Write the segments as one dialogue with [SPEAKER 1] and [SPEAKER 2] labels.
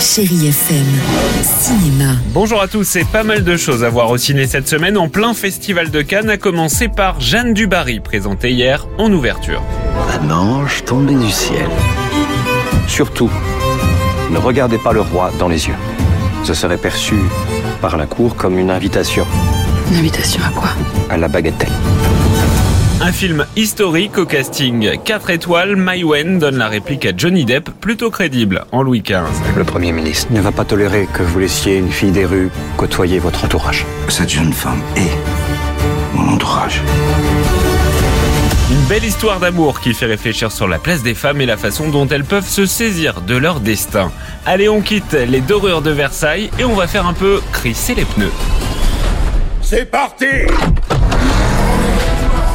[SPEAKER 1] Chérie FM, cinéma.
[SPEAKER 2] Bonjour à tous, c'est pas mal de choses à voir au ciné cette semaine en plein festival de Cannes, à commencer par Jeanne Dubarry, présentée hier en ouverture.
[SPEAKER 3] Un ange tombé du ciel.
[SPEAKER 4] Surtout, ne regardez pas le roi dans les yeux. Ce serait perçu par la cour comme une invitation
[SPEAKER 5] Une invitation à quoi
[SPEAKER 4] à la bagatelle.
[SPEAKER 2] Un film historique au casting 4 étoiles, Maïwen donne la réplique à Johnny Depp, plutôt crédible, en Louis XV.
[SPEAKER 4] Le Premier ministre ne va pas tolérer que vous laissiez une fille des rues côtoyer votre entourage.
[SPEAKER 3] Cette jeune femme est mon entourage.
[SPEAKER 2] Une belle histoire d'amour qui fait réfléchir sur la place des femmes et la façon dont elles peuvent se saisir de leur destin. Allez, on quitte les dorures de Versailles et on va faire un peu crisser les pneus.
[SPEAKER 6] C'est parti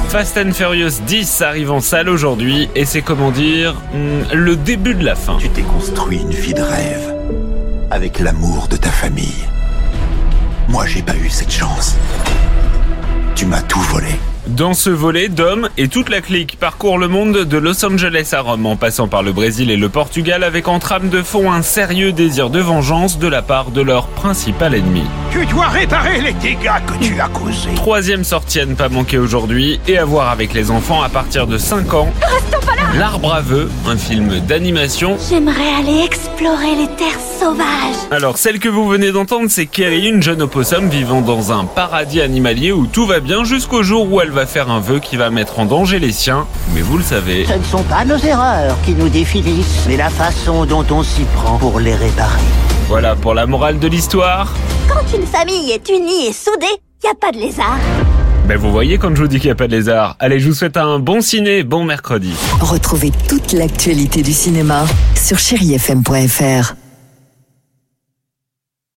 [SPEAKER 2] Fast and Furious 10 arrive en salle aujourd'hui et c'est comment dire hum, le début de la fin.
[SPEAKER 6] Tu t'es construit une vie de rêve avec l'amour de ta famille. Moi, j'ai pas eu cette chance. Tu m'as tout volé.
[SPEAKER 2] Dans ce volet, Dom et toute la clique parcourent le monde de Los Angeles à Rome en passant par le Brésil et le Portugal avec en trame de fond un sérieux désir de vengeance de la part de leur principal ennemi.
[SPEAKER 6] Tu dois réparer les dégâts que tu as causés.
[SPEAKER 2] Troisième sortie à ne pas manquer aujourd'hui et à voir avec les enfants à partir de 5 ans. L'Arbre à vœux, un film d'animation.
[SPEAKER 7] J'aimerais aller explorer les terres sauvages.
[SPEAKER 2] Alors, celle que vous venez d'entendre, c'est Kerry, une jeune opossum vivant dans un paradis animalier où tout va bien jusqu'au jour où elle va faire un vœu qui va mettre en danger les siens. Mais vous le savez,
[SPEAKER 8] Ce ne sont pas nos erreurs qui nous définissent, mais la façon dont on s'y prend pour les réparer.
[SPEAKER 2] voilà pour la morale de l'histoire.
[SPEAKER 7] Quand une famille est unie et soudée, y a pas de lézard.
[SPEAKER 2] Ben vous voyez quand je vous dis qu'il n'y a pas de lézard. Allez, je vous souhaite un bon ciné, bon mercredi.
[SPEAKER 1] Retrouvez toute l'actualité du cinéma sur chérifm.fr.